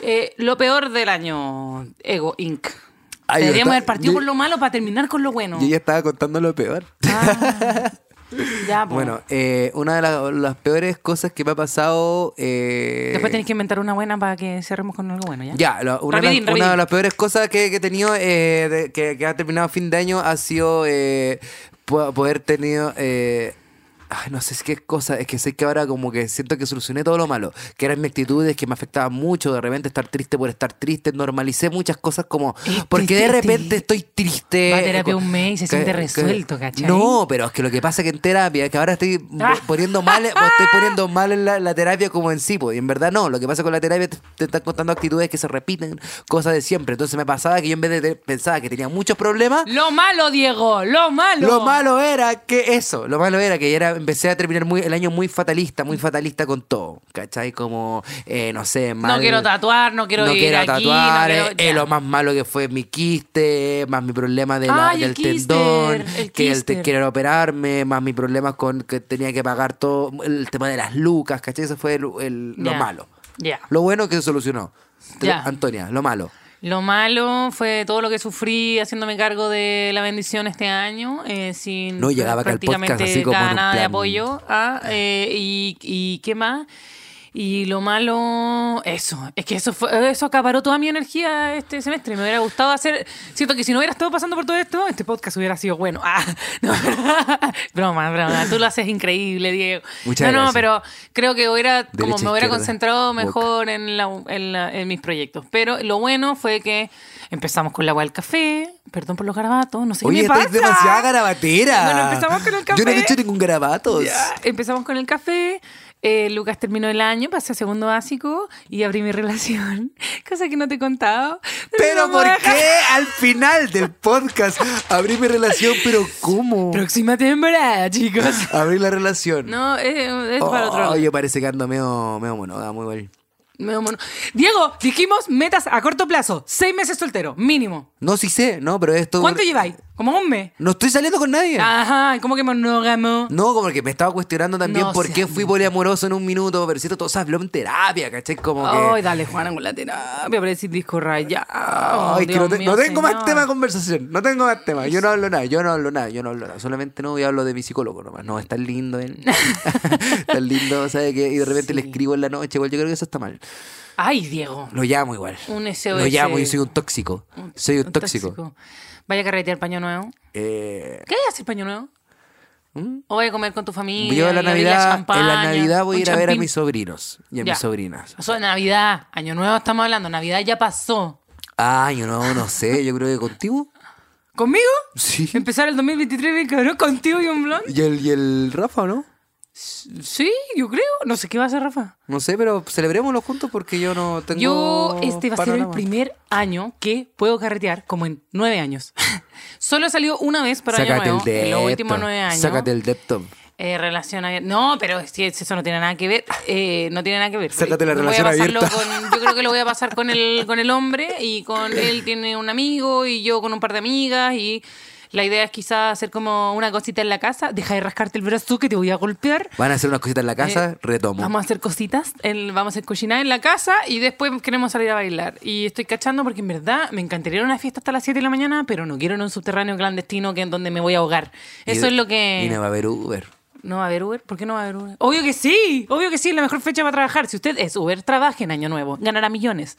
[SPEAKER 2] Eh, lo peor del año, Ego Inc.
[SPEAKER 1] Ay, yo estaba-
[SPEAKER 2] Deberíamos haber partido
[SPEAKER 1] yo-
[SPEAKER 2] con lo malo para terminar con lo bueno.
[SPEAKER 1] Yo ya estaba contando lo peor.
[SPEAKER 2] Ah, ya, po.
[SPEAKER 1] Bueno, eh, una de la- las peores cosas que me ha pasado. eh,
[SPEAKER 2] Después tenés que inventar una buena para que cerremos con algo bueno, ¿ya?
[SPEAKER 1] Ya, la- una, de las-
[SPEAKER 2] Rapidín,
[SPEAKER 1] una
[SPEAKER 2] rapidín.
[SPEAKER 1] de las peores cosas que, que he tenido, eh, de- que, que ha terminado a fin de año, ha sido eh, po- poder tenido... eh, ay, no sé si qué cosa, es que sé que ahora como que siento que solucioné todo lo malo, que eran mis actitudes que me afectaban mucho, de repente estar triste por estar triste, normalicé muchas cosas como,
[SPEAKER 2] Eh,
[SPEAKER 1] porque de
[SPEAKER 2] triste,
[SPEAKER 1] repente estoy triste.
[SPEAKER 2] Va a terapia un mes y
[SPEAKER 1] mes
[SPEAKER 2] se siente resuelto, ¿cachai?
[SPEAKER 1] No, pero es que lo que pasa es que en terapia, que ahora estoy bo-
[SPEAKER 2] Ah.
[SPEAKER 1] poniendo mal, bo- estoy poniendo mal en la, la terapia como en sí, po, y en verdad no, lo que pasa con la terapia te, te están contando actitudes que se repiten, cosas de siempre. Entonces me pasaba que yo en vez de te- pensaba que tenía muchos problemas,
[SPEAKER 2] Lo malo, Diego, lo malo.
[SPEAKER 1] lo malo era que eso, lo malo era que ya era, empecé a terminar muy, el año muy fatalista, muy fatalista con todo, ¿cachai? Como, eh, no sé, mal-
[SPEAKER 2] No quiero tatuar, no quiero
[SPEAKER 1] no
[SPEAKER 2] vivir
[SPEAKER 1] quiero
[SPEAKER 2] aquí,
[SPEAKER 1] tatuar,
[SPEAKER 2] no
[SPEAKER 1] eh,
[SPEAKER 2] quiero-
[SPEAKER 1] eh,
[SPEAKER 2] ya.
[SPEAKER 1] lo más malo que fue mi quiste, más mi problema de la-
[SPEAKER 2] Ay,
[SPEAKER 1] del
[SPEAKER 2] el quister,
[SPEAKER 1] tendón,
[SPEAKER 2] el
[SPEAKER 1] que el
[SPEAKER 2] quister.
[SPEAKER 1] te quiero operarme, más mi problema con que tenía que pagar todo el tema de las lucas, ¿cachai? Eso fue el- el- lo
[SPEAKER 2] Ya.
[SPEAKER 1] malo.
[SPEAKER 2] Ya.
[SPEAKER 1] Lo bueno que se solucionó. Te-
[SPEAKER 2] Ya.
[SPEAKER 1] Antonia, lo malo.
[SPEAKER 2] Lo malo fue todo lo que sufrí haciéndome cargo de la bendición este año, eh, sin
[SPEAKER 1] No, llegaba acá al
[SPEAKER 2] prácticamente
[SPEAKER 1] podcast así como en
[SPEAKER 2] cada
[SPEAKER 1] un
[SPEAKER 2] nada de
[SPEAKER 1] plan-
[SPEAKER 2] apoyo. Ah, eh, y, y qué más. Y lo malo, eso, es que eso fue, eso acaparó toda mi energía este semestre. Me hubiera gustado hacer, siento que si no hubiera estado pasando por todo esto, este podcast hubiera sido bueno. Ah, no. broma, broma, tú lo haces increíble, Diego.
[SPEAKER 1] Muchas
[SPEAKER 2] no, no,
[SPEAKER 1] gracias.
[SPEAKER 2] pero creo que hubiera, como
[SPEAKER 1] Derecha,
[SPEAKER 2] me hubiera
[SPEAKER 1] izquierda,
[SPEAKER 2] concentrado
[SPEAKER 1] boca.
[SPEAKER 2] mejor mejor en, la- en la- en mis proyectos. Pero lo bueno fue que empezamos con la agua del café. Perdón por los garabatos, no sé
[SPEAKER 1] Oye,
[SPEAKER 2] qué me pasa.
[SPEAKER 1] estás demasiado garabatera.
[SPEAKER 2] Bueno, empezamos con el
[SPEAKER 1] Yo no he
[SPEAKER 2] café.
[SPEAKER 1] dicho ningún garabatos.
[SPEAKER 2] Ya, Empezamos con el café. eh, Lucas terminó el año, pasé a segundo básico y abrí mi relación. Cosa que no te he contado.
[SPEAKER 1] Pero
[SPEAKER 2] No
[SPEAKER 1] ¿por
[SPEAKER 2] me voy a dejar.
[SPEAKER 1] qué al final del podcast abrí mi relación? Pero ¿cómo?
[SPEAKER 2] Próxima temporada, chicos.
[SPEAKER 1] Abrí la relación.
[SPEAKER 2] No, es, es para otro.
[SPEAKER 1] Oye, parece que ando medio, medio monógamo igual.
[SPEAKER 2] Me- bueno. Diego, dijimos metas a corto plazo. Seis meses soltero, mínimo.
[SPEAKER 1] No, sí sé, no, pero esto.
[SPEAKER 2] ¿Cuánto Ah. lleváis? ¿Como un mes?
[SPEAKER 1] No estoy saliendo con nadie.
[SPEAKER 2] Ajá, ¿cómo que monógamo?
[SPEAKER 1] No, como que me estaba cuestionando también
[SPEAKER 2] No
[SPEAKER 1] por
[SPEAKER 2] seas
[SPEAKER 1] qué fui poliamoroso en un minuto, pero siento todo se habló en terapia, ¿cachai? Como que.
[SPEAKER 2] Ay, dale, Juana, con la terapia, parece disco rayado.
[SPEAKER 1] Ay, que no,
[SPEAKER 2] Dios
[SPEAKER 1] te-
[SPEAKER 2] mío,
[SPEAKER 1] no tengo más
[SPEAKER 2] señor.
[SPEAKER 1] tema de conversación, no tengo más tema. Yo no hablo nada, yo no hablo nada, yo no hablo nada. Solamente no, yo hablo de mi psicólogo nomás. No, es tan lindo él. tan lindo, ¿sabes? Que, y de repente le escribo en la noche, igual yo creo que eso está mal.
[SPEAKER 2] Ay, Diego.
[SPEAKER 1] Lo llamo igual.
[SPEAKER 2] Un SOS.
[SPEAKER 1] Lo llamo, yo soy un tóxico. Soy un, tóxico.
[SPEAKER 2] Vaya a carretear paño nuevo.
[SPEAKER 1] Eh,
[SPEAKER 2] ¿Qué hay a hacer paño nuevo? ¿O voy a comer con tu familia?
[SPEAKER 1] yo en la
[SPEAKER 2] y abrir la
[SPEAKER 1] Navidad, en la
[SPEAKER 2] champaña,
[SPEAKER 1] Navidad voy a
[SPEAKER 2] un
[SPEAKER 1] ir a ver a
[SPEAKER 2] champín?
[SPEAKER 1] mis sobrinos y a
[SPEAKER 2] Ya.
[SPEAKER 1] mis sobrinas.
[SPEAKER 2] Eso es Navidad, año nuevo estamos hablando, Navidad ya pasó.
[SPEAKER 1] Ay, no, no sé, Ah, yo creo que contigo.
[SPEAKER 2] ¿Conmigo?
[SPEAKER 1] Sí.
[SPEAKER 2] Empezar el 2023 bien cabrón, contigo y un blon.
[SPEAKER 1] Y el, y el Rafa, ¿no?
[SPEAKER 2] Sí, yo creo. No sé qué va a hacer Rafa.
[SPEAKER 1] No sé, pero celebrémoslo juntos porque yo no tengo.
[SPEAKER 2] Yo, este va a ser el
[SPEAKER 1] panorama.
[SPEAKER 2] primer año que puedo carretear como en nueve años. Solo he salido una vez para año
[SPEAKER 1] Sácate
[SPEAKER 2] nuevo,
[SPEAKER 1] el
[SPEAKER 2] en los
[SPEAKER 1] depto,
[SPEAKER 2] últimos nueve años.
[SPEAKER 1] Sácate el depto.
[SPEAKER 2] Eh, relación abierta. No, pero es que eso no tiene nada que ver. eh, no tiene nada que ver.
[SPEAKER 1] Sácate la
[SPEAKER 2] Voy a
[SPEAKER 1] relación
[SPEAKER 2] pasarlo
[SPEAKER 1] abierta.
[SPEAKER 2] con- yo creo que lo voy a pasar con el, con el hombre y con él tiene un amigo y yo con un par de amigas y La idea es quizás hacer como una cosita en la casa. Deja de rascarte el brazo que te voy a golpear.
[SPEAKER 1] Van a hacer unas cositas en la casa,
[SPEAKER 2] Eh,
[SPEAKER 1] retomo.
[SPEAKER 2] Vamos a hacer cositas, el- vamos a hacer cocina en la casa y después queremos salir a bailar. Y estoy cachando porque en verdad me encantaría ir a una fiesta hasta las 7 de la mañana, pero no quiero ir a un subterráneo clandestino que en donde me voy a ahogar.
[SPEAKER 1] Y-
[SPEAKER 2] Eso es
[SPEAKER 1] Y
[SPEAKER 2] lo
[SPEAKER 1] no
[SPEAKER 2] que...
[SPEAKER 1] va a haber Uber.
[SPEAKER 2] ¿No va a haber Uber? ¿Por qué no va a haber Uber? Obvio que sí, obvio que sí, es la mejor fecha para trabajar. Si usted es Uber, trabaje en Año Nuevo, ganará millones.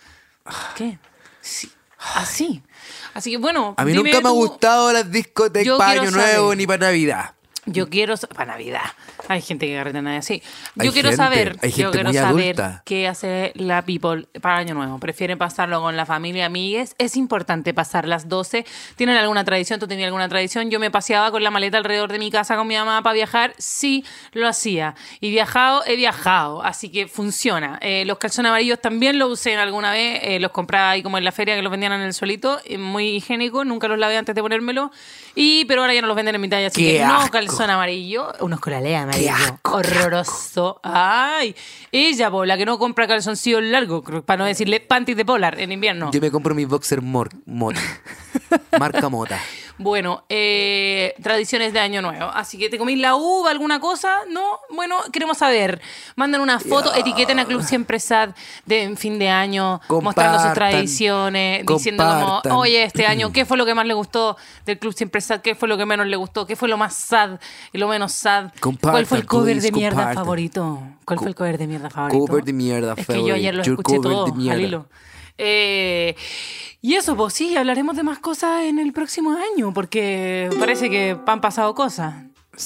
[SPEAKER 2] ¿Qué? Sí, así. Así que bueno,
[SPEAKER 1] A mí
[SPEAKER 2] dime
[SPEAKER 1] nunca me ha
[SPEAKER 2] tú-
[SPEAKER 1] gustado las discotecas
[SPEAKER 2] Yo
[SPEAKER 1] para
[SPEAKER 2] quiero
[SPEAKER 1] Año Nuevo
[SPEAKER 2] saber.
[SPEAKER 1] ni para Navidad.
[SPEAKER 2] Yo quiero sa- para Navidad. Hay gente que carreta Navidad así. Yo
[SPEAKER 1] Hay
[SPEAKER 2] quiero
[SPEAKER 1] gente,
[SPEAKER 2] saber,
[SPEAKER 1] hay gente
[SPEAKER 2] yo quiero
[SPEAKER 1] muy
[SPEAKER 2] saber
[SPEAKER 1] adulta.
[SPEAKER 2] qué hace la people para Año Nuevo. Prefieren pasarlo con la familia, amigues. Es importante pasar las 12. ¿Tienen alguna tradición? ¿Tú tenías alguna tradición? Yo me paseaba con la maleta alrededor de mi casa con mi mamá para viajar. Sí, lo hacía. Y viajado, he viajado. Así que funciona. Eh, los calzones amarillos también los usé alguna vez. Eh, los compraba ahí como en la feria que los vendían en el solito. Eh, muy higiénico. Nunca los lavé antes de ponérmelo. Y, pero ahora ya no los venden en mi talla. Así
[SPEAKER 1] ¡Qué
[SPEAKER 2] que no
[SPEAKER 1] asco!
[SPEAKER 2] calzón amarillo, unos coralea amarillo.
[SPEAKER 1] asco, qué
[SPEAKER 2] horroroso. Ay, ella, po, la que no compra calzoncillos largos, creo, para no decirle panties de polar en invierno.
[SPEAKER 1] Yo me compro mi boxer mor- mota. Marca mota.
[SPEAKER 2] Bueno, eh, tradiciones de Año Nuevo. Así que te comís la uva, alguna cosa, ¿no? Bueno, queremos saber. Mandan una foto, etiqueten a Club Siempre Sad de en fin de año, mostrando sus
[SPEAKER 1] Compartan.
[SPEAKER 2] tradiciones, diciendo como,
[SPEAKER 1] Compartan.
[SPEAKER 2] oye, este año, ¿qué fue lo que más le gustó del Club Siempre Sad? ¿Qué fue lo que menos le gustó? ¿Qué fue lo más sad y lo menos sad? ¿Cuál fue el
[SPEAKER 1] Compartan,
[SPEAKER 2] cover de
[SPEAKER 1] please,
[SPEAKER 2] mierda
[SPEAKER 1] compartan.
[SPEAKER 2] favorito? ¿Cuál fue el cover de mierda favorito?
[SPEAKER 1] cover de mierda
[SPEAKER 2] Es que yo ayer lo
[SPEAKER 1] favorito,
[SPEAKER 2] escuché
[SPEAKER 1] cover de
[SPEAKER 2] todo, al
[SPEAKER 1] mierda.
[SPEAKER 2] hilo. Eh, y eso, pues sí, hablaremos de más cosas en el próximo año, porque parece que han pasado cosas.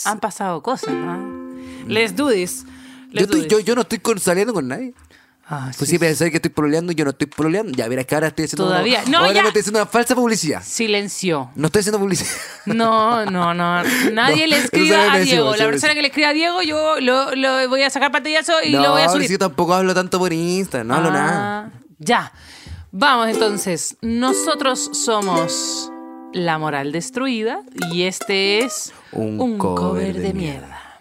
[SPEAKER 2] Han pasado cosas, ¿no? Let's do this.
[SPEAKER 1] Yo,
[SPEAKER 2] Let's do
[SPEAKER 1] estoy- yo,
[SPEAKER 2] this.
[SPEAKER 1] yo no estoy con- saliendo con nadie.
[SPEAKER 2] Ah,
[SPEAKER 1] Tú
[SPEAKER 2] sí.
[SPEAKER 1] sí pensás que estoy pololeando, yo no estoy pololeando. Ya verás que ahora estoy haciendo.
[SPEAKER 2] Todavía. No,
[SPEAKER 1] ahora
[SPEAKER 2] ya.
[SPEAKER 1] me estoy haciendo una falsa publicidad.
[SPEAKER 2] Silencio.
[SPEAKER 1] No estoy haciendo publicidad.
[SPEAKER 2] No, no, no. Nadie
[SPEAKER 1] No,
[SPEAKER 2] le
[SPEAKER 1] eso
[SPEAKER 2] escriba
[SPEAKER 1] era
[SPEAKER 2] a
[SPEAKER 1] pésimo,
[SPEAKER 2] Diego.
[SPEAKER 1] eso
[SPEAKER 2] La
[SPEAKER 1] era
[SPEAKER 2] persona
[SPEAKER 1] pésimo.
[SPEAKER 2] que le escriba a Diego, yo lo, lo voy a sacar pantallazo y
[SPEAKER 1] no,
[SPEAKER 2] lo voy a
[SPEAKER 1] ahora
[SPEAKER 2] subir.
[SPEAKER 1] sí tampoco hablo tanto por Insta, no hablo
[SPEAKER 2] Ah,
[SPEAKER 1] nada.
[SPEAKER 2] Ya. Vamos entonces. Nosotros somos La Moral Destruida y este es
[SPEAKER 1] Un cover de
[SPEAKER 2] mierda.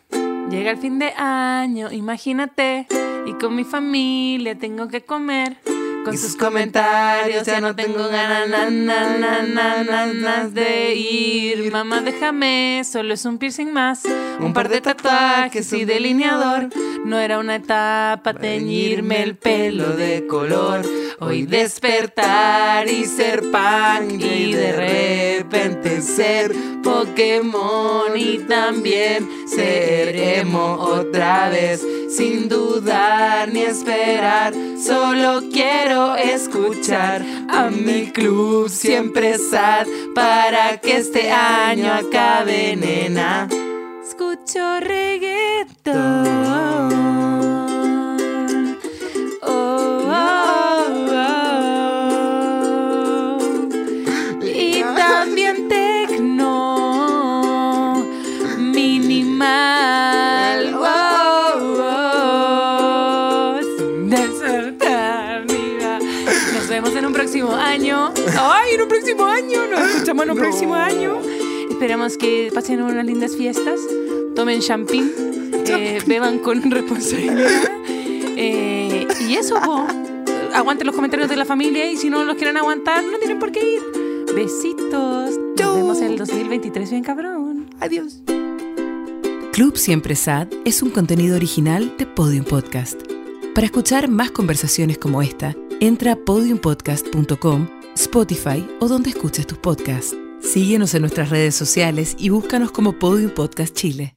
[SPEAKER 2] Llega el fin de año, imagínate, y con mi familia tengo que comer. Con
[SPEAKER 1] Y
[SPEAKER 2] sus
[SPEAKER 1] sus
[SPEAKER 2] comentarios
[SPEAKER 1] comentarios
[SPEAKER 2] ya no tengo ganas na, na, na, na, na, na, de ir. Mamá, déjame, solo es un piercing más. Un par de tatuajes y delineador. No era una etapa teñirme el pelo de color. Hoy despertar y ser pan y de repente ser Pokémon y también seremos otra vez. Sin dudar ni esperar, solo quiero escuchar a mi club siempre sad para que este año acabe, nena. Escucho reggaetón. Oh, oh, oh. Y también tecno minimal. Oh, oh, oh. Sin desertar, mira. Nos vemos en un próximo año. ¡Ay, en un próximo año! Nos escuchamos en un próximo año. Esperamos que pasen unas lindas fiestas, tomen champín, eh, beban con responsabilidad. Eh, y eso, po. aguanten los comentarios de la familia y si no los quieren aguantar, no tienen por qué ir. Besitos. Nos vemos en el 2023 bien cabrón. Adiós.
[SPEAKER 3] Club Siempre Sad es un contenido original de Podium Podcast. Para escuchar más conversaciones como esta, entra a podiumpodcast.com, Spotify o donde escuches tus podcasts. Síguenos en nuestras redes sociales y búscanos como Podium Podcast Chile.